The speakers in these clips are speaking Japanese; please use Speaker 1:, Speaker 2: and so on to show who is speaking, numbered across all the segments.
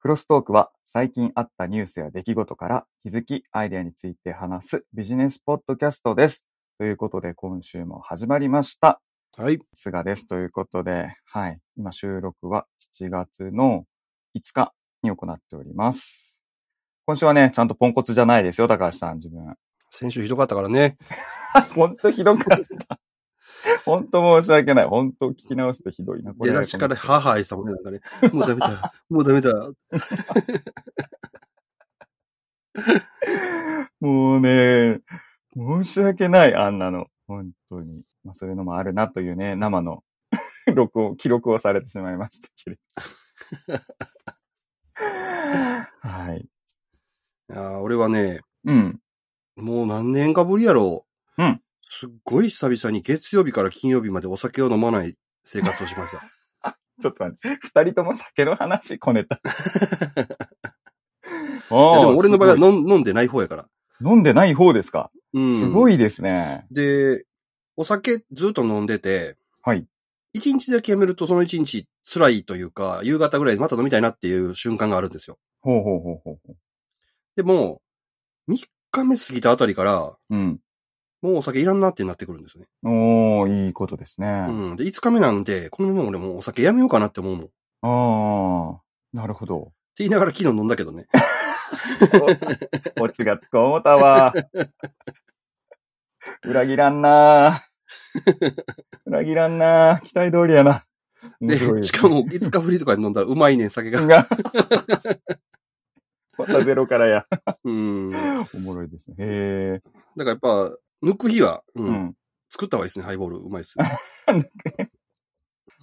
Speaker 1: クロストークは、最近あったニュースや出来事から気づき、アイデアについて話すビジネスポッドキャストです。ということで、今週も始まりました。
Speaker 2: はい。
Speaker 1: 菅です。ということで、はい。今収録は7月の5日に行っております。今週はね、ちゃんとポンコツじゃないですよ、高橋さん、自分。
Speaker 2: 先週ひどかったからね。
Speaker 1: ほんとひどかった。ほんと申し訳ない。ほんと聞き直してひどいな。
Speaker 2: 出だしから母入ってたもんね。なんかね。もうダメだ。 もうダメだ。
Speaker 1: もうね、申し訳ない、あんなの。本当に。まあ、そういうのもあるなというね、生の 録音、記録をされてしまいましたけれど。はい。
Speaker 2: いやー俺はね、
Speaker 1: うん。
Speaker 2: もう何年かぶりやろう。
Speaker 1: うん。
Speaker 2: すっごい久々に月曜日から金曜日までお酒を飲まない生活をしました。
Speaker 1: ちょっと待って。二人とも酒の話、こねた。
Speaker 2: い
Speaker 1: あ
Speaker 2: や
Speaker 1: あ
Speaker 2: でも俺の場合は
Speaker 1: すごい
Speaker 2: 飲ん飲んでない方やから。
Speaker 1: 飲んでない方ですか、
Speaker 2: うん。
Speaker 1: すご
Speaker 2: い。
Speaker 1: いですね。
Speaker 2: で、お酒ずっと飲んでて、
Speaker 1: はい。
Speaker 2: 一日だけやめるとその一日辛いというか、夕方ぐらいでまた飲みたいなっていう瞬間があるんですよ。
Speaker 1: ほうほうほうほうほ
Speaker 2: でも、3日目過ぎたあたりから、
Speaker 1: う。うん。
Speaker 2: もうお酒いらんなってなってくるんですよね。
Speaker 1: おー、いいことですね。
Speaker 2: うん。で、5日目なんで、このまま俺もうお酒やめようかなって思うもん。って
Speaker 1: ああ、なるほど。
Speaker 2: 言いながら昨日飲んだけどね。
Speaker 1: オチがつ こう思たわ。裏切らんなぁ裏切らんなぁ期待通りやな。面白い
Speaker 2: で、しか。も5日ぶりとかに飲んだらうまいねん、酒が。
Speaker 1: が またゼロからや。
Speaker 2: うん。だか
Speaker 1: おもろいですね。へえ。
Speaker 2: らやっぱ、抜く日は、うん、
Speaker 1: うん。
Speaker 2: 作った方がいいですね、ハイボール。うまい っすよ。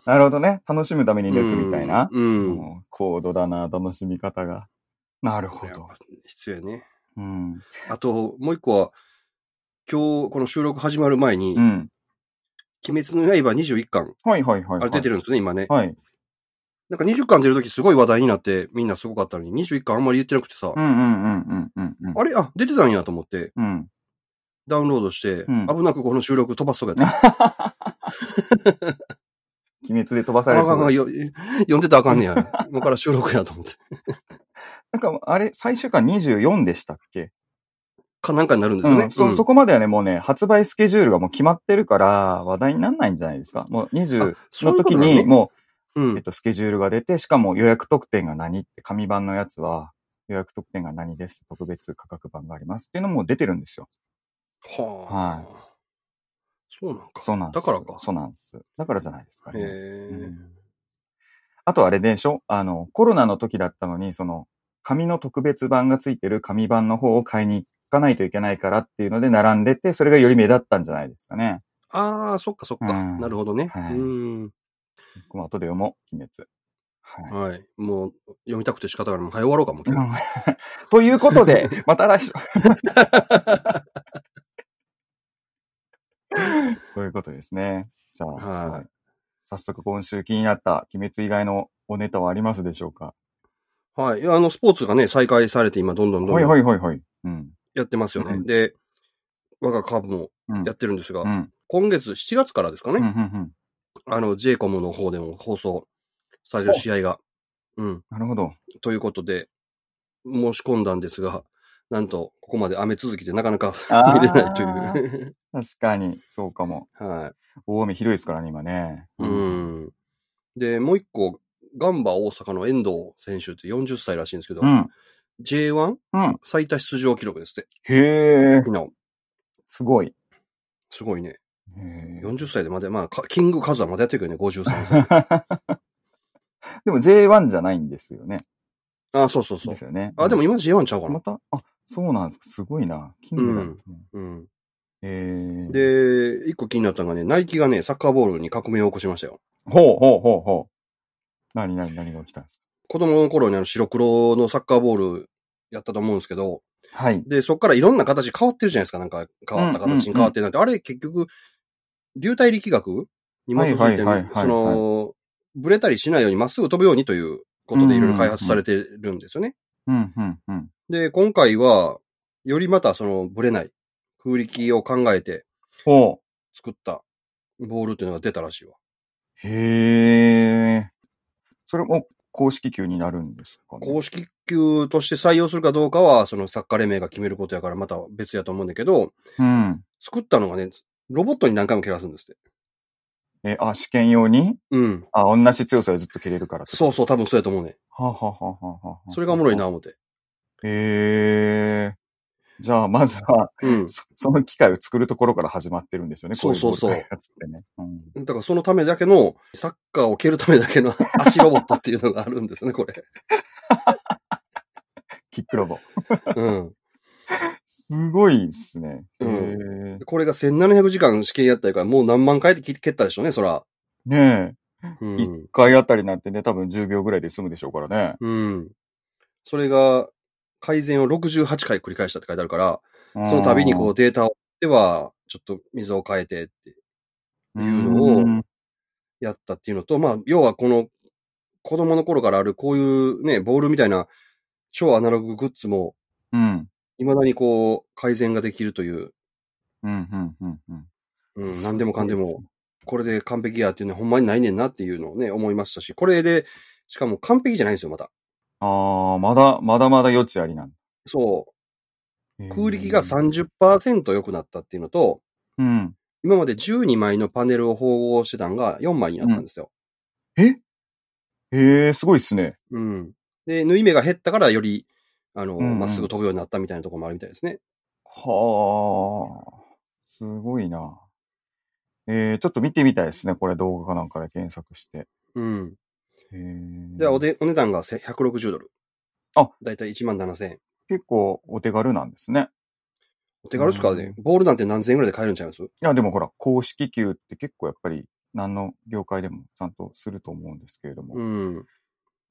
Speaker 1: なるほどね。楽しむために抜くみたいな。
Speaker 2: うん。うん
Speaker 1: もう高度だな楽しみ方が。なるほ
Speaker 2: やっ
Speaker 1: ど
Speaker 2: ぱ。必要やね。
Speaker 1: うん。
Speaker 2: あと、もう一個は、今日、この収録始まる前に、
Speaker 1: うん。
Speaker 2: 鬼滅の刃21巻、
Speaker 1: はいはいはい、は
Speaker 2: あ
Speaker 1: い。
Speaker 2: れ出てるんですよね、今ね。
Speaker 1: はい。
Speaker 2: なんか20巻出るときすごい話題になって、みんなすごかったのに、21巻あんまり言ってなくてさ
Speaker 1: う、んうんうんうんうんうん。
Speaker 2: あれあ、出てたんやと思って、
Speaker 1: うん。
Speaker 2: ダウンロードして、
Speaker 1: うん
Speaker 2: 危なくこの収録飛ばすとかやった。
Speaker 1: 鬼滅で飛ばさ
Speaker 2: あ
Speaker 1: れ
Speaker 2: か
Speaker 1: る
Speaker 2: んあかんあかんよ読んでたらあかん ねや。今から収録やと思って。
Speaker 1: なんか、あれ、最終巻24でしたっけ
Speaker 2: かなんかになるんです
Speaker 1: う
Speaker 2: よ
Speaker 1: ん
Speaker 2: ね。
Speaker 1: そ、
Speaker 2: うん
Speaker 1: そこまではね、もうね、発売スケジュールがもう決まってるから、話題にならないんじゃないですかもう20
Speaker 2: あそう
Speaker 1: の
Speaker 2: いうこ
Speaker 1: 時
Speaker 2: となの
Speaker 1: に、
Speaker 2: ね。
Speaker 1: も
Speaker 2: う
Speaker 1: う、えっ
Speaker 2: ん。
Speaker 1: と、スケジュールが出て、しかも予約特典が何って、紙版のやつは、予約特典が何です、特別価格版がありますっていうのも出てるんですよ。
Speaker 2: は
Speaker 1: は
Speaker 2: あ。そうなんか。
Speaker 1: そうなんです。
Speaker 2: だからか。
Speaker 1: そうなんです。だからじゃないですか
Speaker 2: へ
Speaker 1: ね。う
Speaker 2: え
Speaker 1: ん。あとあれでしょあの、コロナの時だったのに、その、紙の特別版がついてる紙版の方を買いに行かないといけないからっていうので並んでて、それがより目立ったんじゃないですかね。
Speaker 2: ああ、そっかそっか。
Speaker 1: うん
Speaker 2: なるほどね。
Speaker 1: はい
Speaker 2: うん。
Speaker 1: この後で読もう、鬼滅。はい。
Speaker 2: はい。もう、読みたくて仕方がない。もう早終わろうかも。今日
Speaker 1: うん ということで、また 来週。そういうことですね。じゃあ、
Speaker 2: はい
Speaker 1: はい早速今週気になった鬼滅以外のおネタはありますでしょうか
Speaker 2: はい。いやあの、スポーツがね、再開されて今、どんどんど
Speaker 1: はい
Speaker 2: んどん
Speaker 1: はいはいはい。うん。
Speaker 2: やってますよ
Speaker 1: う
Speaker 2: ね。
Speaker 1: ん
Speaker 2: で、我がカーブも
Speaker 1: うん。
Speaker 2: やってるんですが、
Speaker 1: うん。
Speaker 2: 今月7月からですかね。
Speaker 1: うんうんうん。
Speaker 2: あの、j コムの方でも放送される試合が、うん、
Speaker 1: なるほど。
Speaker 2: ということで、申し込んだんですが、なんと、ここまで雨続きでなかなか
Speaker 1: あー
Speaker 2: 見れないという。
Speaker 1: 確かに、そうかも。
Speaker 2: は
Speaker 1: 大雨ひどいですからね、今ね。
Speaker 2: い。うん。で、もう一個、ガンバ大阪の遠藤選手って40歳らしいんですけど、
Speaker 1: うん。
Speaker 2: J1
Speaker 1: うん。
Speaker 2: 最多出場記録ですって。
Speaker 1: へえ、
Speaker 2: みんな、
Speaker 1: すごい。
Speaker 2: すごいね。
Speaker 1: へー
Speaker 2: 40歳でまで、まあ、かキングカズはまだやってるけどね、53歳。
Speaker 1: でも J1 じゃないんですよね。
Speaker 2: あ、そうそうそ
Speaker 1: で
Speaker 2: う
Speaker 1: す。よね。
Speaker 2: あ、でも
Speaker 1: い
Speaker 2: 今 J1 ちゃうか
Speaker 1: ま
Speaker 2: な。
Speaker 1: た、あ、そうなんですか。すごいな。キングだ。
Speaker 2: うんうん。
Speaker 1: へー、
Speaker 2: で、一個気になったのがね、ナイキがね、サッカーボールに革命を起こしましたよ。
Speaker 1: ほうほうほうほう。何何何が起きたんです
Speaker 2: 子供の頃にあの白黒のサッカーボールやったと思うんですけど、
Speaker 1: かはい。
Speaker 2: で、そっからいろんな形変わってるじゃないですか。なんか変わった形に変わってなんて、あれ結局、流体力学に基づいて
Speaker 1: はいはいはいはいは
Speaker 2: ね
Speaker 1: い、
Speaker 2: その、ぶれたりしないようにまっすぐ飛ぶようにということでいろいろ開発されてるんですよね。
Speaker 1: うんうんうん。
Speaker 2: で、今回は、よりまたそのぶれない空力を考えて
Speaker 1: ほ
Speaker 2: 作ったボールっていうのが出たらしいわ。
Speaker 1: う。へえ。それも、公式級になるんですかね。
Speaker 2: 公式級として採用するかどうかは、その作家連盟が決めることやからまた別やと思うんだけど、
Speaker 1: うん。
Speaker 2: 作ったのがね、ロボットに何回も蹴らすんですって。
Speaker 1: え、あ、試験用に
Speaker 2: うん。
Speaker 1: あ、同じ強さでずっと蹴れるからって
Speaker 2: そうそう、多分そうやと思うね。
Speaker 1: はあはあはあはあはあ
Speaker 2: それがおもろい。な、思って。
Speaker 1: へえ。じゃあ、まずは、
Speaker 2: うん。
Speaker 1: そその機械を作るところから始まってるんですよね。
Speaker 2: そうそうそう
Speaker 1: こいのやつってね。うん
Speaker 2: だからそのためだけの、サッカーを蹴るためだけの 足ロボットっていうのがあるんですね、これ。
Speaker 1: キックロボ。
Speaker 2: うん。
Speaker 1: すごいですね。へ
Speaker 2: う
Speaker 1: え
Speaker 2: んこれが1700時間試験やったから、もう何万回って蹴蹴ったでしょうね、そら。
Speaker 1: ねえ、
Speaker 2: うん
Speaker 1: 一。回あたりなんてね、多分10秒ぐらいで済むでしょうからね。
Speaker 2: うん。それが、改善を68回繰り返したって書いてあるから、
Speaker 1: うん
Speaker 2: その度にこうデータを追っては、ちょっと水を変えてって
Speaker 1: うん、
Speaker 2: いうのやったっていうのと、まあ、要はこの、子供の頃からあるこういうね、ボールみたいな超アナロググッズも、
Speaker 1: うん。
Speaker 2: 未だにこう、改善ができるという、
Speaker 1: うん、うん、うん、うん。
Speaker 2: うん、何でもかんでも、。これで完璧やっていうのはほんまにないねんなっていうのをね、思いましたし、これで、しかも完璧じゃないんですよ、また。
Speaker 1: ああ、まだ、まだまだ余地ありなんだ。
Speaker 2: そ
Speaker 1: へえ
Speaker 2: う。空力が。30%良くなったっていうのと、
Speaker 1: うん。
Speaker 2: 今まで12枚のパネルを縫合してたんが4枚になったんですよ。
Speaker 1: へえ、すごいっすね。
Speaker 2: うん。で、縫い目が減ったからより、あの、
Speaker 1: うんうん
Speaker 2: まっすぐ飛ぶようになったみたいなところもあるみたいですね。
Speaker 1: はあ、すごいな。えー、ちょっと見てみたいですね。これ動画かなんかで検索して。
Speaker 2: うん。
Speaker 1: へー
Speaker 2: で、おで、お値段がせ160ドル。
Speaker 1: あ
Speaker 2: だいたい1万7000円。
Speaker 1: 結構お手軽なんですね。
Speaker 2: お手軽ですからね、ボールなんて何千円ぐらいで買えるんちゃいます
Speaker 1: いや、でもほら、公式級って結構やっぱり何の業界でもちゃんとすると思うんですけれども。
Speaker 2: うん。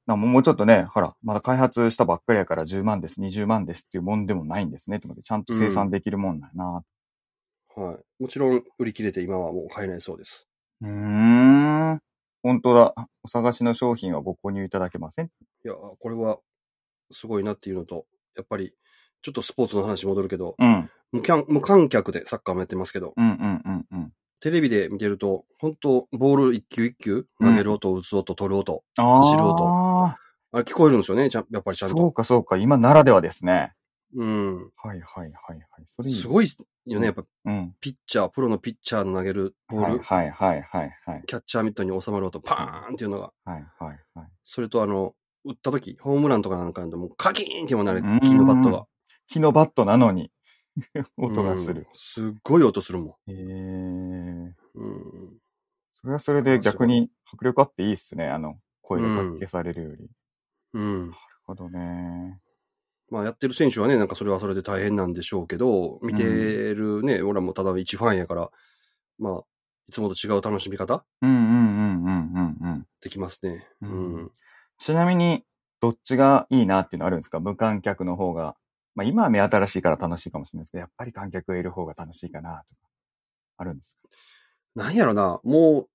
Speaker 1: なもうもうちょっとね、ほら、まだ開発したばっかりやから10万です、20万ですっていうもんでもないんですね。ってことでちゃんと生産できるもんだな。
Speaker 2: はい。もちろん売り切れて今はもう買えないそうです。
Speaker 1: うーん。本当だ。お探しの商品はご購入いただけません。
Speaker 2: いや、これはすごいなっていうのと、やっぱり、ちょっとスポーツの話戻るけど、
Speaker 1: うん。
Speaker 2: 無観無観客でサッカーもやってますけど、
Speaker 1: うんうんうんうん。
Speaker 2: テレビで見てると、本当ボール一球一球、投げる音、打つ音、取る音、
Speaker 1: ああ。
Speaker 2: 走る音あれ聞こえるんですよね、ちゃんやっぱりちゃん
Speaker 1: そう
Speaker 2: と。
Speaker 1: かそうか。今ならではですね。
Speaker 2: うん。
Speaker 1: はいはいはいはい。それいい。
Speaker 2: すごいよね、やっぱ
Speaker 1: うん。
Speaker 2: ピッチャー、プロのピッチャーの投げるボー
Speaker 1: は
Speaker 2: ル、
Speaker 1: いはいはいはいはい。
Speaker 2: キャッチャーミットに収まる音、パーンっていうのが、
Speaker 1: はいはいはい。
Speaker 2: それとあの、打った時、ホームランとかなんかでもうカキーンってもなる
Speaker 1: うん、
Speaker 2: 金のバットが。
Speaker 1: 木のバットなのに、 音がす
Speaker 2: うん
Speaker 1: る。。
Speaker 2: すっごい音するも
Speaker 1: へえ。
Speaker 2: ん。うん。
Speaker 1: それはそれで逆に迫力あっていいっすね。あの、声がかき消されるより。なる
Speaker 2: うん。
Speaker 1: ほどね。
Speaker 2: まあやってる選手はね、なんかそれはそれで大変なんでしょうけど、見てるね、俺らもただ一ファンやから、まあ、いつもと違う楽しみ方
Speaker 1: うんうんうんうんうんうん。
Speaker 2: できますね。う
Speaker 1: うん
Speaker 2: ん。
Speaker 1: ちなみに、どっちがいいなっていうのあるんですか無観客の方が。まあ今は目新しいから楽しいかもしれないですけど、やっぱり観客がいる方が楽しいかなとか、あるんですか
Speaker 2: なんやろな、も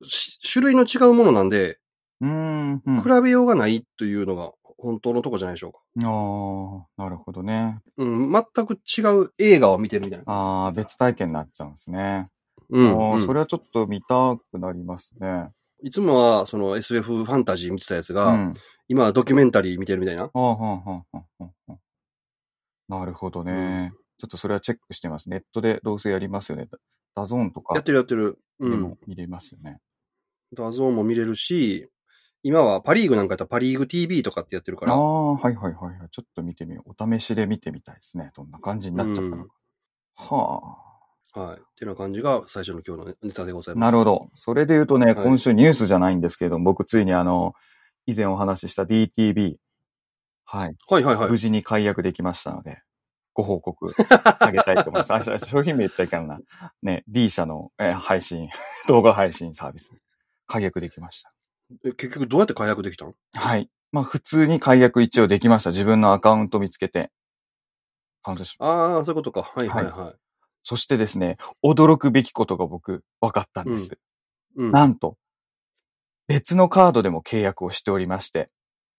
Speaker 2: う、し種類の違うものなんで、
Speaker 1: うーん。うん
Speaker 2: 比べようがないというのが本当のとこじゃないでしょうか。
Speaker 1: ああ、なるほどね。
Speaker 2: うん、全く違う映画を見てるみたいな。
Speaker 1: ああ、別体験になっちゃうんですね。
Speaker 2: う
Speaker 1: あ
Speaker 2: ん。
Speaker 1: あ
Speaker 2: う
Speaker 1: ー、そ
Speaker 2: ん
Speaker 1: れはちょっと見たくなりますね。
Speaker 2: いつもは、その SF ファンタジー見てたやつ
Speaker 1: う
Speaker 2: が、
Speaker 1: ん。
Speaker 2: 今はドキュメンタリー見てるみたいな。
Speaker 1: ああ、はんはんはんはんはんなるほどね、
Speaker 2: うん
Speaker 1: ちょっとそれはチェックしてます。ネットでどうせやりますよね。ダダゾーンとか
Speaker 2: やってるやってる。
Speaker 1: で
Speaker 2: うん
Speaker 1: も。見れますよね。
Speaker 2: ダゾーンも見れるし、今はパリーグなんかやったらパリーグ TV とかってやってるか
Speaker 1: あ
Speaker 2: ら、
Speaker 1: あ、はいはいはいはい。ちょっと見てみよう。お試しで見てみたいですね。どんな感じになっちゃったのか。は
Speaker 2: はい。っていうような感じが最初の今日のネタでござい
Speaker 1: あ。
Speaker 2: ま
Speaker 1: な
Speaker 2: す。
Speaker 1: るほど。それで言うとね、
Speaker 2: い
Speaker 1: 今週ニュースじゃないんですけれども、僕ついにあの、以前お話しした DTV。はい。
Speaker 2: ど。はいはいは
Speaker 1: 無
Speaker 2: い。
Speaker 1: 事に解約できましたので、ご報 告あげたいと思います。あ、し商品名言っちゃいかんな。ね、D 社の、えー配信、 動画配信サービス、解約できました。
Speaker 2: え結局どうやって解約できたの
Speaker 1: はい。まあ、普通に解約一応できました。自分のアカウント見つけて。カウントし
Speaker 2: ああ、そういうことか。はいはいはい。
Speaker 1: そしてですね、驚くべきことが僕、分かったんです。
Speaker 2: うん。
Speaker 1: なんと、別のカードでも契約をしておりまして、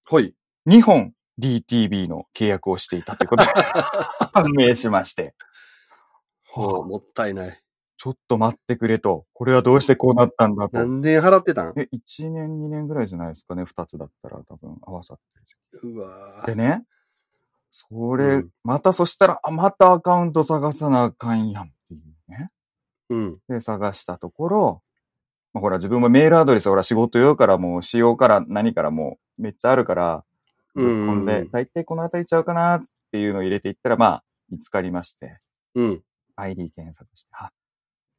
Speaker 2: はい。
Speaker 1: 2本 DTV の契約を していたということが判明しまして。
Speaker 2: もうもったいない。
Speaker 1: ちょっと待ってくれと。これはどうしてこうなったんだと。
Speaker 2: 何年払ってたん
Speaker 1: え、1年、2年ぐらいじゃないですかね。2つだったら多分合わさっ
Speaker 2: うわ
Speaker 1: て。で
Speaker 2: ー
Speaker 1: ね、そうれ
Speaker 2: ん、
Speaker 1: またそしたら、あ、またアカウント探さなあかんやんっていうね。
Speaker 2: うん。
Speaker 1: で、探したところ、まあ、ほら、自分もメールアドレス、ほら、仕事用からもう、仕様から何からもう、めっちゃあるから、
Speaker 2: うんうん
Speaker 1: ほんで、大体このあたりちゃうかなっていうのを入れていったら、まあ、見つかりまして、
Speaker 2: うん。
Speaker 1: ID 検索して、あ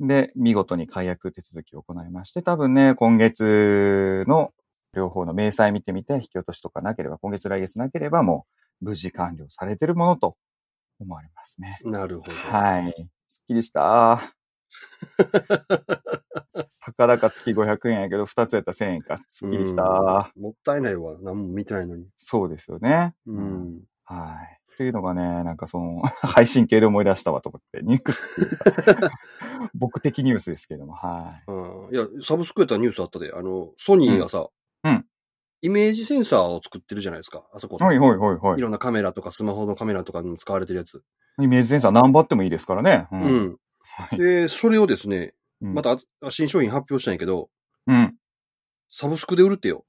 Speaker 1: で、見事に解約手続きを行いまして、多分ね、今月の両方の明細見てみて、引き落としとかなければ、今月来月なければ、もう、無事完了されてるものと思われますね。
Speaker 2: なるほど。
Speaker 1: はい。すっきり した。たかだか月500円やけど、2つやったら1000円か。すっきりした。
Speaker 2: うんもったいないわ。何も見てないのに。
Speaker 1: そうですよね。
Speaker 2: うん。
Speaker 1: はい。というのがね、なんかその、 配信系で思い出したわと思って、ニュースっていうか、僕的ニュースですけども、はい。
Speaker 2: うんいや、サブスクやったらニュースあったで、あの、ソニーがさ、
Speaker 1: うんうん
Speaker 2: イメージセンサーを作ってるじゃないですか、あそ こって
Speaker 1: はいはいはいはい
Speaker 2: ろんなカメラとかスマホのカメラとかにも使われてるやつ。
Speaker 1: い。イメージセンサー何番あってもいいですからね。う。
Speaker 2: うんん。
Speaker 1: はい
Speaker 2: で、それをですね、
Speaker 1: うん
Speaker 2: またあ新商品発表したんやけど、
Speaker 1: うん。
Speaker 2: サブスクで売るってよ。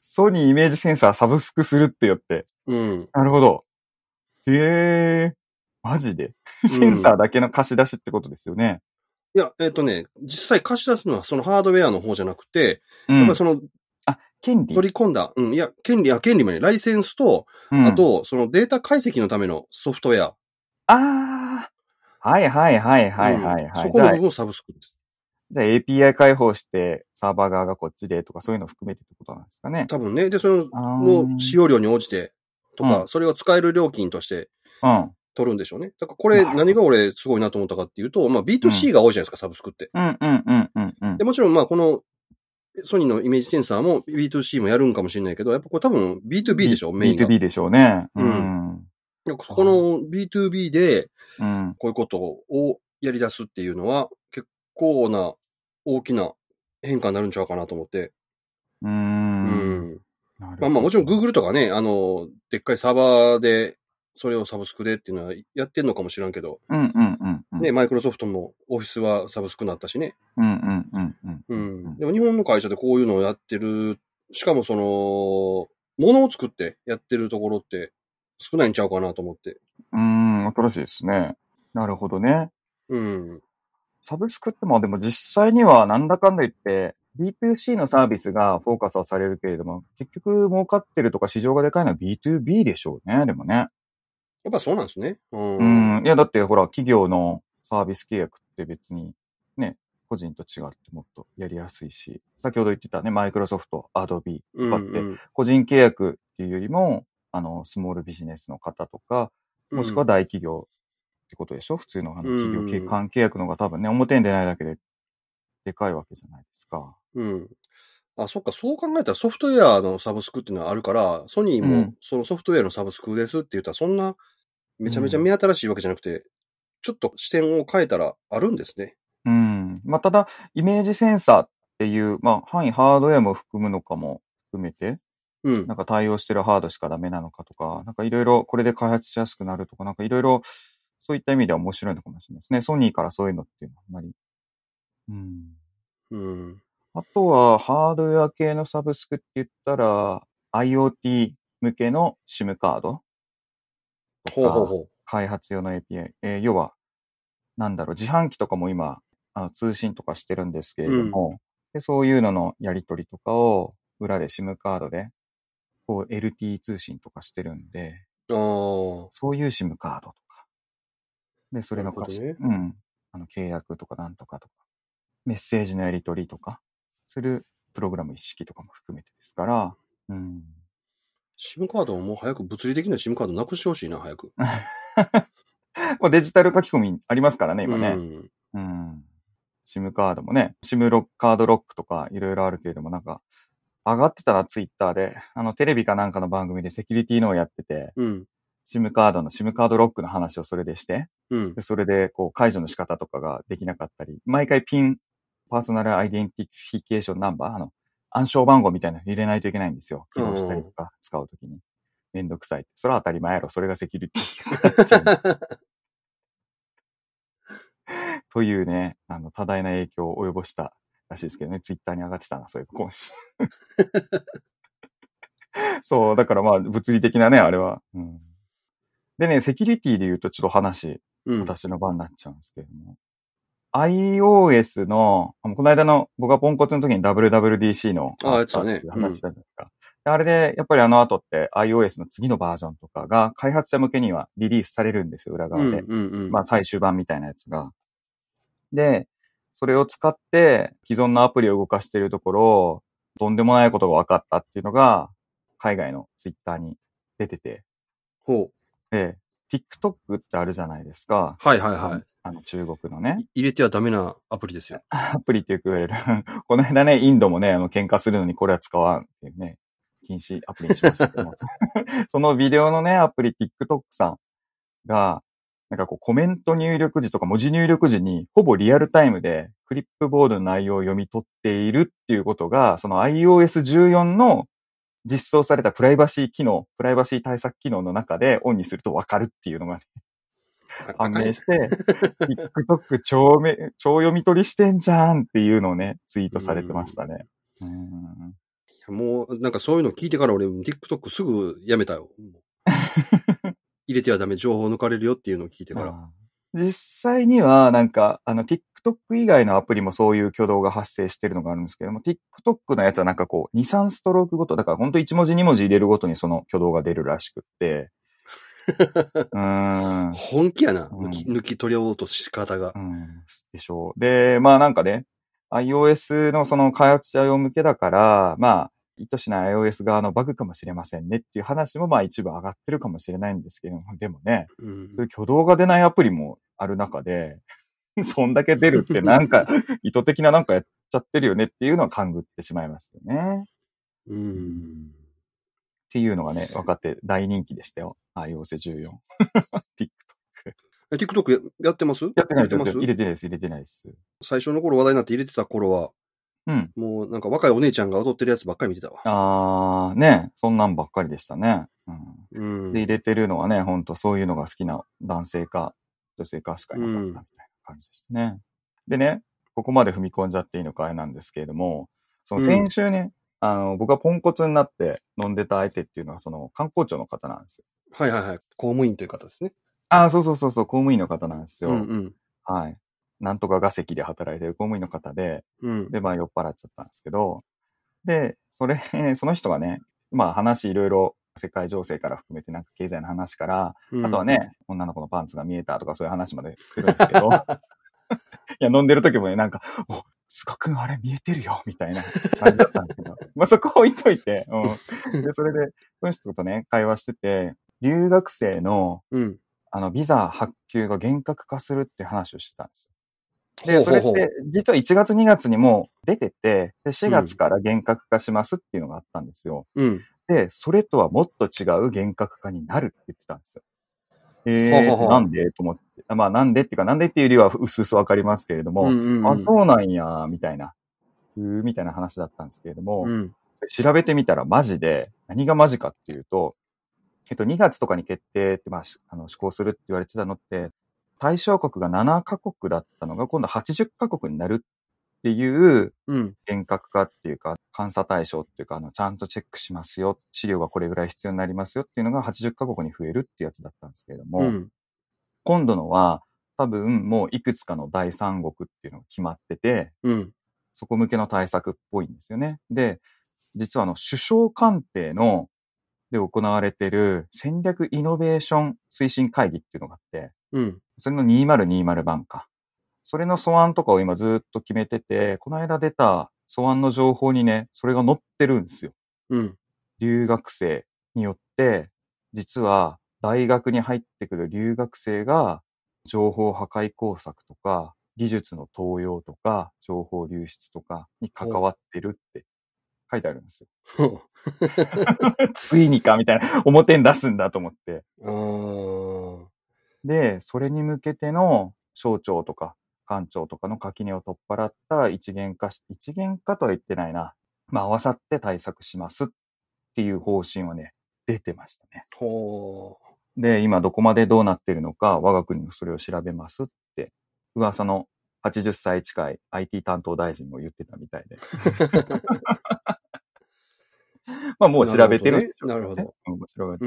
Speaker 1: ソニーイメージセンサーサブスクするってよって。
Speaker 2: うん。
Speaker 1: なるほど。へえ。マジで。センサーだけの貸し出しってことですよね。
Speaker 2: いや、えっ、とね、実際貸し出すのはそのハードウェアの方じゃなくて、
Speaker 1: うん。
Speaker 2: やっぱりその
Speaker 1: 権利
Speaker 2: 取り込んだ、うん、いや、権利、あ、権利もね、ライセンスと、
Speaker 1: うん
Speaker 2: あと、そのデータ解析のためのソフトウェア。
Speaker 1: ああ。はいはいはいはいはい、
Speaker 2: うん
Speaker 1: はい
Speaker 2: そこの部分をサブスクです。
Speaker 1: じゃあ、じゃあ API 開放してサーバー側がこっちでとかそういうの含めてってことなんですかね。
Speaker 2: 多分ね、で、その
Speaker 1: あー
Speaker 2: の使用量に応じてとか、
Speaker 1: う
Speaker 2: それを使える料金として
Speaker 1: うん。
Speaker 2: 取るんでしょうね。だからこれ
Speaker 1: なるほど
Speaker 2: 何が俺すごいなと思ったかっていうと、まあ B2C が多いじゃないですか、サブスクって。
Speaker 1: うんうんうんうんうん
Speaker 2: で、。もちろんまあこのソニーのイメージセンサーも B2C もやるんかもしれないけど、やっぱこれ多分 B2B でしょ、メインが。
Speaker 1: B2B でしょうね。う。
Speaker 2: うんこの B2B で
Speaker 1: うん。
Speaker 2: こういうことをやり出すっていうのは結構な大きな変化になるんちゃうかなと思って。
Speaker 1: う。
Speaker 2: うんん
Speaker 1: なるほど
Speaker 2: まあまあもちろん Google とかね、あの、でっかいサーバーで、それをサブスクでっていうのはやってんのかもしらんけど、
Speaker 1: うんうんうんうん。
Speaker 2: ね、マイクロソフトもオフィスはサブスクになったしね。
Speaker 1: うんうんうんうん。
Speaker 2: う
Speaker 1: うん
Speaker 2: ん。でも日本の会社でこういうのをやってる、しかもその、ものを作ってやってるところって少ないんちゃうかなと思って。
Speaker 1: うん、新しいですね。なるほどね。
Speaker 2: うん。
Speaker 1: サブスクっても、でも実際にはなんだかんだ言って、B2C のサービスがフォーカスはされるけれども、結局儲かってるとか市場がでかいのは B2B でしょうね、でもね。
Speaker 2: やっぱそうなんですね。うん。
Speaker 1: うん。いや、だってほら、企業のサービス契約って別に、ね、個人と違ってもっとやりやすいし、先ほど言ってたね、マイクロソフト、アドビ
Speaker 2: うん
Speaker 1: だって個人契約っていうよりも、あの、スモールビジネスの方とか、もしくは大企業ってことでしょ、普通のあの企業
Speaker 2: う
Speaker 1: 系
Speaker 2: ん
Speaker 1: 関係役の方が多分ね、表に出ないだけで、でかいわけじゃないですか。
Speaker 2: うん。うんあ、そっか、そう考えたらソフトウェアのサブスクっていうのはあるから、ソニー
Speaker 1: う
Speaker 2: も
Speaker 1: ん
Speaker 2: そのソフトウェアのサブスクですって言ったら、そんな、めちゃめちゃ目新しいわけじゃなくて、ちょっと視点を変えたらあるんですね。
Speaker 1: うん。まあ、ただ、イメージセンサーっていう、まあ、範囲ハードウェアも含むのかも含めて、
Speaker 2: うん
Speaker 1: な。んか対応してるハードしかダメなのかとか、なんかいろいろこれで開発しやすくなるとか、なんかいろいろそういった意味では面白いのかもしれないですね。ソニーからそういうのっていうのはあんまり。うん。
Speaker 2: うん。
Speaker 1: あとは、ハードウェア系のサブスクって言ったら、IoT 向けの SIM カード
Speaker 2: ほうほうほ
Speaker 1: 開発用の API。えー要は、なんだろう、自販機とかも今、あの通信とかしてるんですけれども、で、そういうののやり取りとかを、裏で SIM カードで、こう LTE 通信とかしてるんで、
Speaker 2: う。ああ。
Speaker 1: そういう SIM カードとか。で、それの貸し、
Speaker 2: なる
Speaker 1: うん。あの、契約とかなんとかとか、メッセージのやり取りとか、するプログラム一式とかも含めてですから、うん。
Speaker 2: SIM カードをもう早く物理的な SIM カードなくしてほしいな、早く。
Speaker 1: もうデジタル書き込みありますからね、今ね。
Speaker 2: ね。
Speaker 1: うん。SIM カードもね、SIM ロックカードロックとかいろいろあるけれども、なんか、上がってたらツイッターで、あの、テレビかなんかの番組でセキュリティのをやってて、
Speaker 2: うん。
Speaker 1: SIM カードの SIM カードロックの話をそれでして、
Speaker 2: うん
Speaker 1: で。それで、こう、解除の仕方とかができなかったり、毎回ピン、パーソナルアイデンティフィケーションナンバー、あの、暗証番号みたいなの入れないといけないんですよ。起動したりとか、使うときに。めんどくさい。それは当たり前やろ。それがセキュリティ。というね、あの、多大な影響を及ぼしたらしいですけどね、ツイッターに上がってたな、そういう今 週。そう、だからまあ、物理的なね、あれは、うん。でね、セキュリティで言うとちょっと話、
Speaker 2: うん。
Speaker 1: 私の番になっちゃうんですけれども。iOS の、あのこの間の僕がポンコツの時に WWDC の
Speaker 2: ああやってたね
Speaker 1: っていう話したじゃないですか。であれで、やっぱりあの後って iOS の次のバージョンとかが開発者向けにはリリースされるんですよ、裏
Speaker 2: う
Speaker 1: 側
Speaker 2: ん
Speaker 1: で。
Speaker 2: うんうん。
Speaker 1: まあ最終版みたいなやつが。で、それを使って既存のアプリを動かしているところ、とんでもないことが分かったっていうのが、海外のツイッターに出てて、
Speaker 2: ほう。
Speaker 1: で、TikTok ってあるじゃないですか。
Speaker 2: はいはいは
Speaker 1: あの中国のね
Speaker 2: い。、い入れてはダメなアプリですよ。
Speaker 1: アプリってよく言われる。 この間ね、インドもね、あの、喧嘩するのにこれは使わんっていうね、禁止アプリにしましたけども そのビデオのね、アプリ TikTok さんが、なんかこうコメント入力時とか文字入力時にほぼリアルタイムでクリップボードの内容を読み取っているっていうことが、その iOS14 の実装されたプライバシー機能、プライバシー対策機能の中でオンにするとわかるっていうのが判明して、TikTok 超め、超読み取りしてんじゃんっていうのをね、ツイートされてましたね。うん
Speaker 2: もう、なんかそういうの聞いてから俺、TikTok すぐやめ たよ。入れてはダメ、情報抜かれるよっていうのを聞いてから。
Speaker 1: 実際には、なんか、あの、TikTok 以外のアプリもそういう挙動が発生してるのがあるんですけども、TikTok のやつはなんかこう、2、3ストロークごと、だから本当1文字2文字入れるごとにその挙動が出るらしくって、うん。
Speaker 2: 本気やな。
Speaker 1: うん
Speaker 2: 抜き、抜き取りようと仕方が
Speaker 1: う。ん、でしょう。で、まあなんかね、iOS のその開発者用向けだから、まあ、意図しない iOS 側のバグかもしれませんねっていう話もまあ一部上がってるかもしれないんですけども、でもね、
Speaker 2: うん
Speaker 1: そういう挙動が出ないアプリもある中で、 そんだけ出るってなん か、意図的ななんかやっちゃってるよねっていうのは勘ぐってしまいますよね。
Speaker 2: うん。
Speaker 1: っていうのがね、分かって大人気でしたよ。iOS14。
Speaker 2: え TikTok ややってます
Speaker 1: やってないです
Speaker 2: 入れて
Speaker 1: 入れてないで
Speaker 2: ます
Speaker 1: す、入れてないです。
Speaker 2: 最初の頃話題になって入れてた頃は、
Speaker 1: うん。
Speaker 2: もうなんか若いお姉ちゃんが踊ってるやつばっかり見てたわ。
Speaker 1: あー、ね、そんなんばっかりでしたね。うん、
Speaker 2: うん。
Speaker 1: で、入れてるのはね、ほんとそういうのが好きな男性か女性かしかいなかったみたいな感じですね。でね、ここまで踏み込んじゃっていいのかあれなんですけれども、その先週ね、あの、僕がポンコツになって飲んでた相手っていうのは、その観光庁の方なんですよ。
Speaker 2: はいはいはい。公務員という方ですね。
Speaker 1: あー、そうそうそうそう、公務員の方なんですよ。
Speaker 2: うんうん。
Speaker 1: はい。なんとかが席で働いてる公務員の方で、
Speaker 2: うん。
Speaker 1: で、まあ酔っ払っちゃったんですけど、で、それ、 その人がね、まあ話いろいろ世界情勢から含めてなんか経済の話から、
Speaker 2: うん
Speaker 1: あとは。ね、女の子のパンツが見えたとかそういう話までするんですけ ど、いや、飲んでる時もね、なんか、お、菅くんあれ見えてるよ、みたいな感じだったんですけど、 まあそこ置いといて、うん。で、それで、その人とね、会話してて、留学生の、
Speaker 2: うん。
Speaker 1: あの、ビザ発給が厳格化するって話をしてたんですよ
Speaker 2: ほ
Speaker 1: で、
Speaker 2: う
Speaker 1: それ
Speaker 2: ほう
Speaker 1: っ
Speaker 2: ほう
Speaker 1: て、実は1月2月にもう出てて、で4月から厳格化しますっていうのがあったんですよ。
Speaker 2: うん。
Speaker 1: で、それとはもっと違う厳格化になるって言ってたんですよ。え
Speaker 2: ほうほ
Speaker 1: ー、
Speaker 2: うほう
Speaker 1: なんでと思って。あまあ、なんでっていうか、なんでっていうよりは、うすうすわかりますけれども、
Speaker 2: うんうんうん
Speaker 1: あ、そうなんや、みたいな、うーみたいな話だったんですけれども、
Speaker 2: うん。
Speaker 1: 調べてみたらマジで、何がマジかっていうと、えっと、2月とかに決定って、まあ、しあの施行するって言われてたのって、対象国が7カ国だったのが、今度80カ国になるっていう、
Speaker 2: うん。
Speaker 1: 厳格化っていうか、監査対象っていうか、あの、ちゃんとチェックしますよ、資料がこれぐらい必要になりますよっていうのが80カ国に増えるっていうやつだったんですけれども、
Speaker 2: うん。
Speaker 1: 今度のは、多分もういくつかの第三国っていうのが決まってて、
Speaker 2: うん。
Speaker 1: そこ向けの対策っぽいんですよね。で、実はあの、首相官邸の、で行われている戦略イノベーション推進会議っていうのがあって、
Speaker 2: うん。
Speaker 1: それの2020版か。それの素案とかを今ずっと決めてて、この間出た素案の情報にね、それが載ってるんですよ。
Speaker 2: うん。
Speaker 1: 留学生によって、実は大学に入ってくる留学生が情報破壊工作とか、技術の盗用とか、情報流出とかに関わってるって書いてあるんですよ。
Speaker 2: ほ
Speaker 1: ついにかみたいな、表に出すんだと思って。
Speaker 2: うあー
Speaker 1: で、それに向けての省庁とか官庁とかの垣根を取っ払った一元化し、一元化とは言ってないな。まあ、合わさって対策しますっていう方針はね、出てましたね。
Speaker 2: ほ
Speaker 1: で、今どこまでどうなってるのか、我が国もそれを調べますって、噂の80歳近い IT 担当大臣も言ってたみたいで。まあ もう調べてるんでしょうけね
Speaker 2: なるほどね
Speaker 1: う
Speaker 2: なる。
Speaker 1: んもちろん
Speaker 2: うー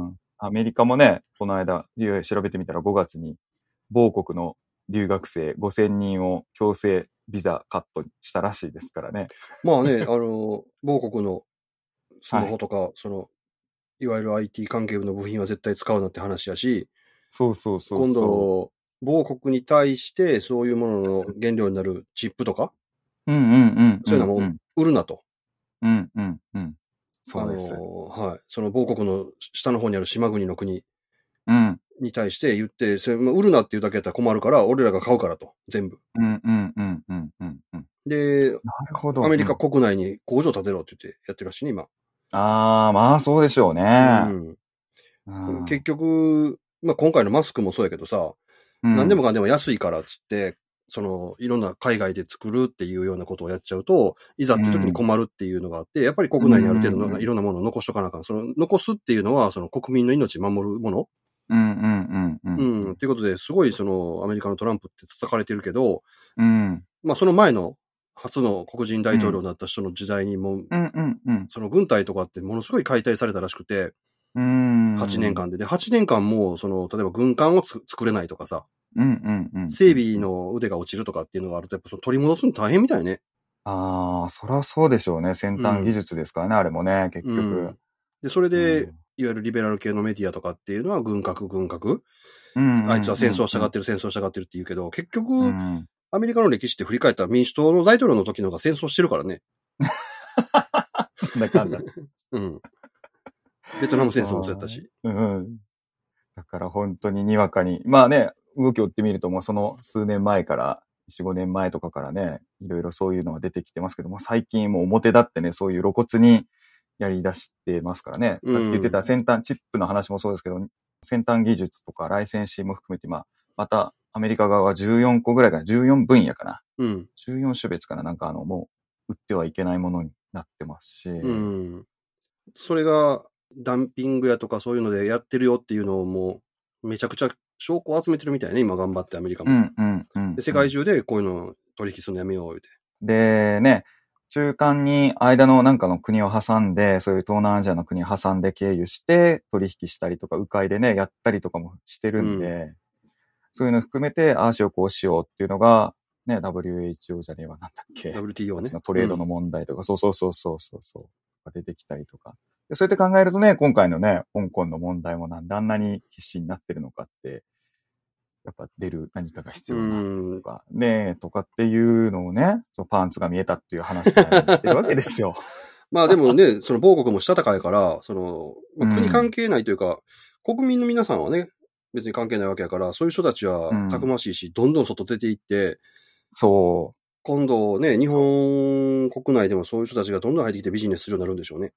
Speaker 2: ん。
Speaker 1: うんアメリカもね、この間、いろいろ調べてみたら5月に、某国の留学生5000人を強制ビザカットしたらしいですからね。
Speaker 2: まあね、 あの、某国のスマホとか、その、いわゆる IT 関係部の部品は絶対使うなって話やし、
Speaker 1: そうそうそうそう。
Speaker 2: 今、度、某国に対してそういうものの原料になるチップとか、
Speaker 1: うんうんうんんん。
Speaker 2: そういうのも
Speaker 1: うん
Speaker 2: 売るなと。
Speaker 1: うんうんうん。そうです。
Speaker 2: あの、はい。その某国の下の方にある島国の国
Speaker 1: うん
Speaker 2: に対して言って、それまあ売るなっていうだけやったら困るから、俺らが買うからと、全部。
Speaker 1: うんうんうんうんうんうん。
Speaker 2: で、
Speaker 1: なるほど。
Speaker 2: アメリカ
Speaker 1: うん
Speaker 2: 国内に工場建てろって言ってやってるらしいね、今。
Speaker 1: ああ、まあそうでしょうね。
Speaker 2: うん
Speaker 1: うん
Speaker 2: 結局、まあ、今回のマスクもそうやけどさ、何でも、かんでも安いからっつって、その、いろんな海外で作るっていうようなことをやっちゃうと、いざって時に困るっていうのがあって、やっぱり国内にある程度
Speaker 1: うん
Speaker 2: のいろんなものを残しとかなあかん。その、残すっていうのは、その国民の命守るもの、
Speaker 1: うんうんうんう。
Speaker 2: うんん、っていうことで、すごいその、アメリカのトランプって叩かれてるけど、
Speaker 1: うん
Speaker 2: まあ、その前の、初の黒人大統領だった人の時代にも、
Speaker 1: うんうんうん
Speaker 2: その軍隊とかってものすごい解体されたらしくて、
Speaker 1: うん。
Speaker 2: 8年。間で。で、8年間も、その、例えば軍艦をつ作れないとかさ、
Speaker 1: うんうんうん。
Speaker 2: 整備の腕が落ちるとかっていうのがあると、やっぱその取り戻すの大変みたいね。
Speaker 1: ああ、そりゃそうでしょうね。先端技術ですからね、あれもね、結局。
Speaker 2: うんで、それで、
Speaker 1: うん
Speaker 2: いわゆるリベラル系のメディアとかっていうのは軍拡軍拡、
Speaker 1: うんうん
Speaker 2: あいつは戦争したがってる戦争したがってるって言うけど、結局、 アメリカの歴史って振り返ったら民主党の大統領の時の方が戦争してるからね。
Speaker 1: うんだかんだ。
Speaker 2: うん。ベトナム戦争もそうやったし。
Speaker 1: うん。だから本当ににわかに。まあね、動きを追ってみるともうその数年前から、4、5年前とかからね、いろいろそういうのが出てきてますけども、最近もう表だってね、そういう露骨にやり出してますからね。
Speaker 2: うん
Speaker 1: さっき言ってた先端、チップの話もそうですけど、先端技術とかライセンシーも含めて、まあ、またアメリカ側は14個ぐらいかな、14分野かな。
Speaker 2: うん。
Speaker 1: 14種別かななんかあの、もう、売ってはいけないものになってますし。
Speaker 2: うん。それが、ダンピングやとかそういうのでやってるよっていうのをもう、めちゃくちゃ証拠を集めてるみたいね、今頑張ってアメリカ
Speaker 1: う
Speaker 2: も。
Speaker 1: ん、うん、うん。
Speaker 2: で世界中でこういうのを取引するのやめよう言うて。
Speaker 1: で、ね、中間に間のなんかの国を挟んで、そういう東南アジアの国を挟んで経由して取引したりとか、迂回でね、やったりとかもしてるんで、そういうの含めて、ああしようこうしようっていうのが、ね、WHO じゃねえわ、なんだっけ。
Speaker 2: WTO ね。
Speaker 1: トレードの問題とか、そうそうそうそうそうそう、出てきたりとか。でそうやって考えるとね、今回のね、香港の問題もなんであんなに必死になってるのかって、やっぱ出る何かが必
Speaker 2: う
Speaker 1: 要なんと。か、ねえとかっていうのをね、そのパンツが見えたっていう話をしてるわけです よ。
Speaker 2: まあでもね、その某国もしたたかやから、その、まあ
Speaker 1: う
Speaker 2: 国
Speaker 1: ん
Speaker 2: 関係ないというか、国民の皆さんはね、別に関係ないわけやから、そういう人たち
Speaker 1: う
Speaker 2: は
Speaker 1: ん
Speaker 2: たくましいし、どんどん外出ていって、
Speaker 1: そ
Speaker 2: 今度ね、日本国内でもそういう人たちがどんどん入ってきてビジネスするようになるんでしょうね。
Speaker 1: う、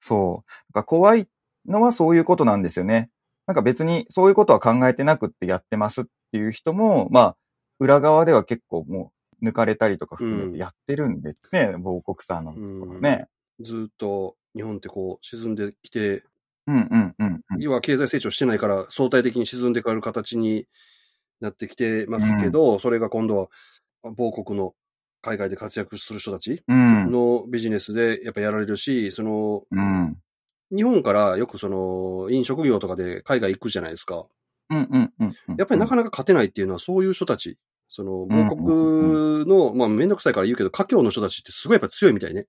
Speaker 1: そう。だから怖いのはそういうことなんですよね。なんか別にそういうことは考えてなくってやってますっていう人も、まあ、裏側では結構もう抜かれたりとか含めてやってるんでね、某国産のところね。
Speaker 2: ずーっと日本ってこう沈んできて、
Speaker 1: うんうんうんうん。
Speaker 2: 要は経済成長してないから相対的に沈んでかる形になってきてますけど、それが今度は某国の海外で活躍する人たち
Speaker 1: うん。
Speaker 2: のビジネスでやっぱやられるし、その、
Speaker 1: うん。
Speaker 2: 日本からよくその飲食業とかで海外行くじゃないですか。
Speaker 1: うんうんうん。
Speaker 2: やっぱりな
Speaker 1: なか、
Speaker 2: かなか勝てないっていうのはそういう人たち、その、
Speaker 1: ん
Speaker 2: 母国の、まあめんどくさいから言うけど、家境の人たちってすごいやっぱ強いみたいね。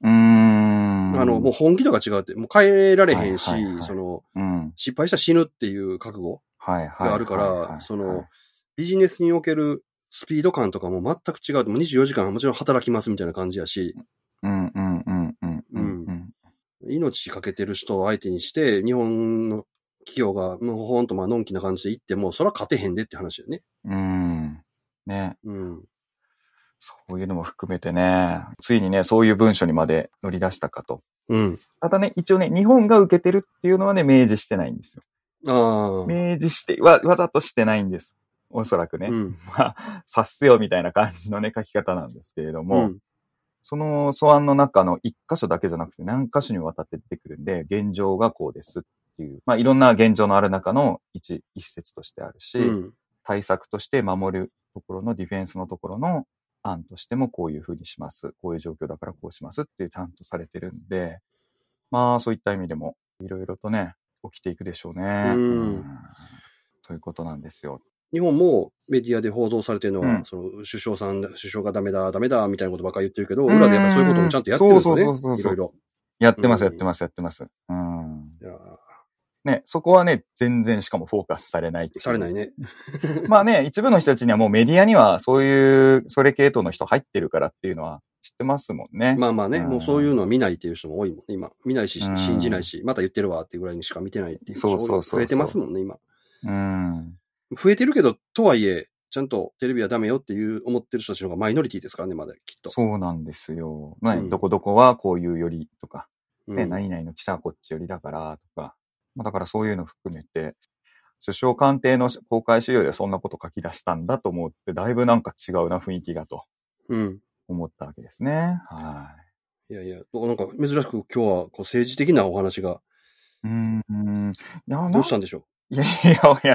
Speaker 1: うーん。
Speaker 2: あの、もう本気度が違うって、もう変えられへんし
Speaker 1: はいはいは、い
Speaker 2: その、
Speaker 1: う、うん。
Speaker 2: 失敗したら死ぬっていう覚悟
Speaker 1: はいはいはいはい。
Speaker 2: があるから、その、ビジネスにおけるスピード感とかも全く違う。もう24時間もちろん働きますみたいな感じやし、
Speaker 1: うんうんうんうんうんうん。
Speaker 2: 命かけてる人を相手にして、日本の企業が、もうほほんとまあ、のんきな感じで行っても、それは勝てへんでって話だよね。
Speaker 1: うん。ね。
Speaker 2: うん。
Speaker 1: そういうのも含めてね、ついにね、そういう文書にまで乗り出したかと。
Speaker 2: うん。
Speaker 1: ただね、一応ね、日本が受けてるっていうのはね、明示してないんですよ。
Speaker 2: ああ。
Speaker 1: 明示して、わ、わざとしてないんです。おそらくね。
Speaker 2: うん。
Speaker 1: まあ、察せよみたいな感じのね、書き方なんですけれども、
Speaker 2: うん
Speaker 1: その素案の中の一箇所だけじゃなくて何箇所にわたって出てくるんで、現状がこうですっていう、まあいろんな現状のある中の一、一節としてあるし、
Speaker 2: うん。
Speaker 1: 対策として守るところのディフェンスのところの案としてもこういうふうにします。こういう状況だからこうしますっていうちゃんとされてるんで、まあそういった意味でもいろいろとね、起きていくでしょうね。
Speaker 2: うん
Speaker 1: ということなんですよ。
Speaker 2: 日本もメディアで報道されてるのは、
Speaker 1: うん
Speaker 2: その首相さん、首相がダメだ、ダメだ、みたいなことばっかり言ってるけど、裏でやっぱりそういうこともちゃんとやってるんですよね。
Speaker 1: うんそうそうそうそう
Speaker 2: いろいろ。
Speaker 1: やってます、
Speaker 2: う
Speaker 1: や
Speaker 2: ん
Speaker 1: ってます、やってます。うん。
Speaker 2: いや
Speaker 1: ね、そこはね、全然しかもフォーカスされないってう
Speaker 2: ーされないね。
Speaker 1: まあね、一部の人たちにはもうメディアにはそういう、それ系統の人入ってるからっていうのは知ってますもんね。
Speaker 2: まあまあね、
Speaker 1: うん
Speaker 2: もうそういうのは見ないっていう人も多いもんね、今。見ないし
Speaker 1: う、ん
Speaker 2: 信じないし、また言ってるわっていうぐらいにしか見てないっていう人
Speaker 1: そうそうそうそう
Speaker 2: 増えてますもんね、今。
Speaker 1: うん。
Speaker 2: 増えてるけど、とはいえ、ちゃんとテレビはダメよっていう思ってる人たちの方がマイノリティですからね、まだきっと。
Speaker 1: そうなんですよ。ね
Speaker 2: うん
Speaker 1: どこどこはこういうよりとか、
Speaker 2: う
Speaker 1: ね、
Speaker 2: ん
Speaker 1: 何々の記者はこっちよりだからとか、まあ、だからそういうの含めて、首相官邸の公開資料でそんなこと書き出したんだと思って、だいぶなんか違うな雰囲気がと
Speaker 2: うん。
Speaker 1: 思ったわけですね。はい
Speaker 2: やいや、なんか珍しく今日はこう政治的なお話が、
Speaker 1: い。うん。うんいや、
Speaker 2: ど
Speaker 1: な
Speaker 2: うんしたんでしょ
Speaker 1: いやいやい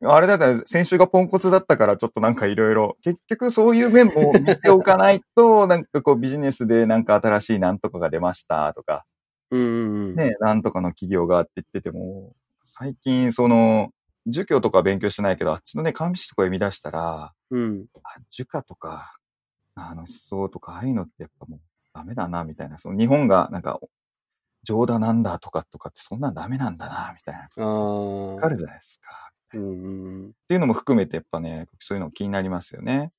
Speaker 1: や、あれだったら先週がポンコツだったからちょっとなんかいろいろ、結局そういう面も見ておかないと、なんかこうビジネスでなんか新しいなんとかが出ましたとか、
Speaker 2: う。うんうんうん。
Speaker 1: ね、なんとかの企業がって言ってても、最近その、儒教とかは勉強してないけど、あっちのね、監視とか読み出したら、
Speaker 2: うん。
Speaker 1: あ、儒家とか、あの思想とか、ああいうのってやっぱもうダメだな、みたいな。その日本がなんか、冗談なんだとかとかってそんなんダメなんだな、みたいな。
Speaker 2: あ
Speaker 1: わ
Speaker 2: あ
Speaker 1: か。るじゃないですか。
Speaker 2: うんうんうん。
Speaker 1: っていうのも含めてやっぱね、そういうの気になりますよね。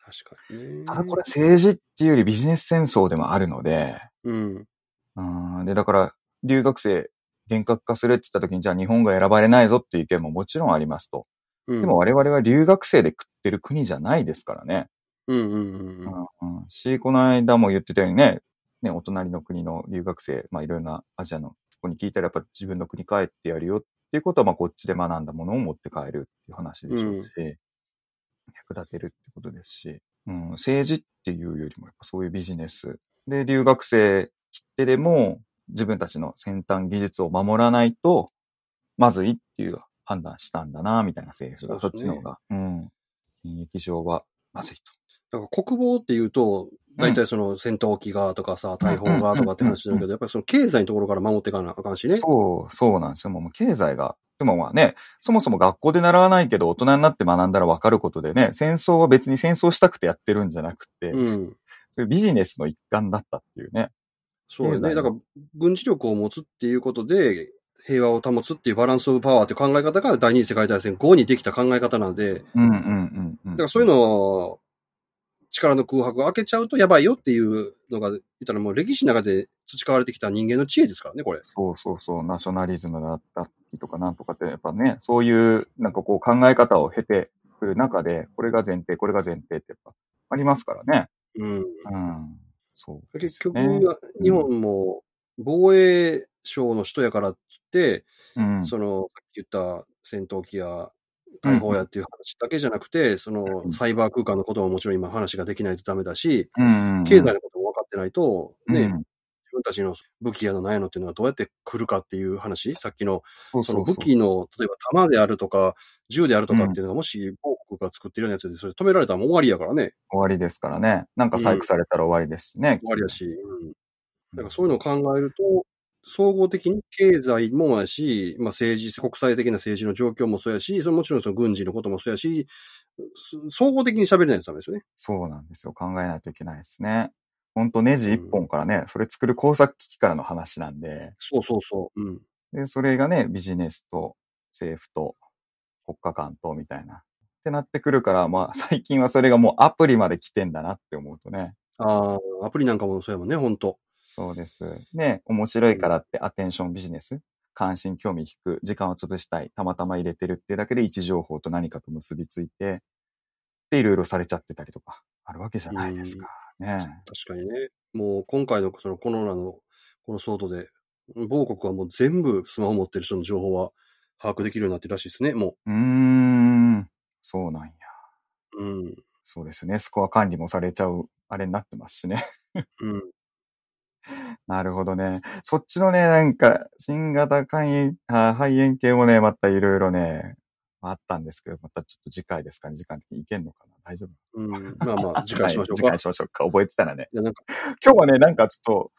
Speaker 2: 確かにね。
Speaker 1: ただこれは政治っていうよりビジネス戦争でもあるので、
Speaker 2: うん。
Speaker 1: うん、で、だから留学生厳格化するって言った時に、じゃあ日本が選ばれないぞっていう意見ももちろんありますと。
Speaker 2: うん。
Speaker 1: でも、我々は留学生で食ってる国じゃないですからね。
Speaker 2: うんうんうんうん。
Speaker 1: うん、し、この間も言ってたようにね、ね、お隣の国の留学生、まあいろいろなアジアの子に聞いたらやっぱ自分の国帰ってやるよっていうことは、まあこっちで学んだものを持って帰るっていう話でしょうし、役立てるってことですし、うん、政治っていうよりもやっぱそういうビジネス。で、留学生切手でも自分たちの先端技術を守らないと、まずいっていう判断したんだな、みたいな政府が、そ
Speaker 2: そ
Speaker 1: うっ
Speaker 2: で
Speaker 1: ち
Speaker 2: すね
Speaker 1: の方が、うん、現役上はまずいと。
Speaker 2: だから国防っていうと、大体その戦闘機がとかさ、大砲がとかって話だけど、やっぱりその経済のところから守っていかなあかんしね。
Speaker 1: そう、そうなんですよ。もうもう経済が。でもまあね、そもそも学校で習わないけど大人になって学んだらわかることでね、戦争は別に戦争したくてやってるんじゃなくて、
Speaker 2: うん。
Speaker 1: そういうビジネスの一環だったっていうね。
Speaker 2: そうよ
Speaker 1: 経
Speaker 2: ね。
Speaker 1: 済
Speaker 2: だから、軍事力を持つっていうことで、平和を保つっていうバランスオブパワーっていう考え方が第二次世界大戦後にできた考え方なんで、
Speaker 1: うんうんうんうん。
Speaker 2: だからそういうのを、力の空白を開けちゃうとやばいよっていうのが、言ったらもう歴史の中で培われてきた人間の知恵ですからね、これ。
Speaker 1: そうそうそう、ナショナリズムだったりとかなんとかって、やっぱね、そういうなんかこう考え方を経てくる中で、これが前提、これが前提ってやっぱありますからね。
Speaker 2: うん。
Speaker 1: うん。そうです
Speaker 2: 結
Speaker 1: よ
Speaker 2: 局
Speaker 1: ね、、
Speaker 2: 日本も防衛省の人やからって言って、
Speaker 1: うん、
Speaker 2: その、さっき言った戦闘機や大砲やっていう話だけじゃなくて、その、サイバー空間のことももちろん今話ができないとダメだし、
Speaker 1: うんうん、
Speaker 2: 経済のことも分かってないと、ね、
Speaker 1: うん
Speaker 2: 自分たちの武器やのないのっていうのはどうやって来るかっていう話、さっきの、
Speaker 1: そう
Speaker 2: そ
Speaker 1: そ
Speaker 2: の
Speaker 1: うそ
Speaker 2: 武
Speaker 1: う
Speaker 2: 器の、例えば弾であるとか、銃であるとかっていうのが、もし、某国が作ってるようなやつで、それ止められたらもう終わりやからね、
Speaker 1: 終わりですからね。なんか細工されたら終わりですしね。
Speaker 2: 終わりやし、うんだからそういうのを考えると、総合的に経済もやし、まあ、政治、国際的な政治の状況もそうやし、それもちろんその軍事のこともそうやし、そ総合的に喋れないとダメですよね。
Speaker 1: そうなんですよ。考えないといけないですね。ほんとネジ一本からね、それ作る工作機器からの話なんで、
Speaker 2: そうそうそう。うん。
Speaker 1: で、それがね、ビジネスと政府と国家間とみたいな。ってなってくるから、まあ最近はそれがもうアプリまで来てんだなって思うとね。
Speaker 2: ああ、アプリなんかもそうやもんね、本当
Speaker 1: そうです。ね、面白いからってアテンションビジネス。関心、興味引く、時間を潰したい、たまたま入れてるっていうだけで位置情報と何かと結びついて、で、いろいろされちゃってたりとか、あるわけじゃないですか。ね。
Speaker 2: 確かにね。もう今回のそのコロナのこの騒動で、某国はもう全部スマホ持ってる人の情報は把握できるようになってるらしいですね、も
Speaker 1: うーん、そうなんや。
Speaker 2: う。うん。
Speaker 1: そうですね。スコア管理もされちゃう、あれになってますしね。
Speaker 2: うん。
Speaker 1: なるほどね。そっちのね、なんか、新型肝炎、あ肺炎系もね、またいろいろね、あったんですけど、またちょっと次回ですかね、時間的にいけんのかな。大丈夫。
Speaker 2: うん。まあまあ、次回しましょうか。
Speaker 1: はい次回しましょうか。覚えてたらね。
Speaker 2: いやなんか
Speaker 1: 今日はね、なんかちょっと、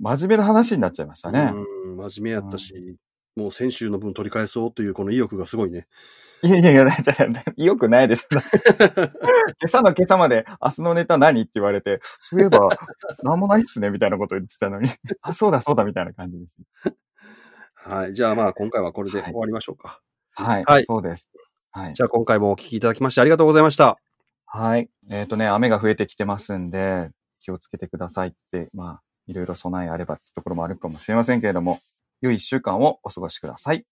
Speaker 1: 真面目な話になっちゃいましたね。
Speaker 2: うん、真面目やったし、もう先週の分取り返そうというこの意欲がすごいね。
Speaker 1: いやいやいや、じゃよくないでしょ。今朝の今朝まで、明日のネタ何って言われて、そういえば、なんもないっすね、みたいなこと言ってたのに、あ、そうだそうだ、みたいな感じです。
Speaker 2: はい。じゃあまあ、今回はこれで終わりましょうか。
Speaker 1: はい。
Speaker 2: はい
Speaker 1: そうです。はい。
Speaker 2: じゃあ今回もお聞きいただきましてありがとうございました。
Speaker 1: はい。えっ、とね、雨が増えてきてますんで、気をつけてくださいって、まあ、いろいろ備えあればってところもあるかもしれませんけれども、良い一週間をお過ごしください。